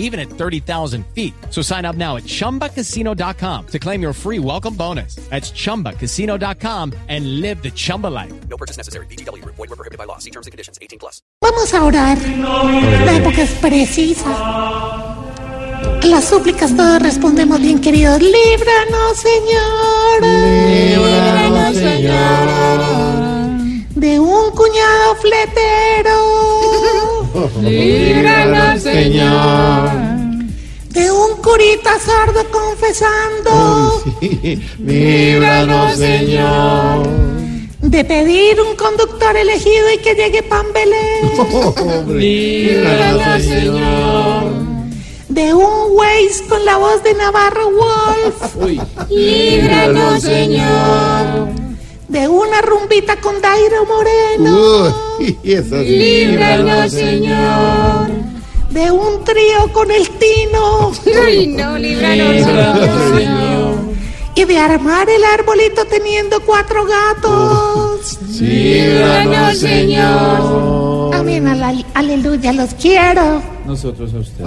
even at 30,000 feet. So sign up now at ChumbaCasino.com to claim your free welcome bonus. That's ChumbaCasino.com and live the Chumba life. No purchase necessary. BGW. Void were prohibited by law. See terms and conditions. 18 plus. Vamos a orar. La época es precisa. Las súplicas todos respondemos bien, queridos. Líbranos, Señor. Líbranos, Señor. De un cuñado fletero. Líbranos, Señor. De un curita sordo confesando. Líbranos, Señor. De pedir un conductor elegido y que llegue Pambelé. Oh, Líbranos, Señor. De un Waze con la voz de Navarro Wolf. Líbranos, Señor. De una rumbita con Dairo Moreno. Líbranos, Señor. De un trío con el Tino. Uy, no, líbranos. Líbranos, Señor. Y de armar el arbolito teniendo cuatro gatos. Líbranos, Señor. Amén, ala- aleluya, los quiero. Nosotros a usted.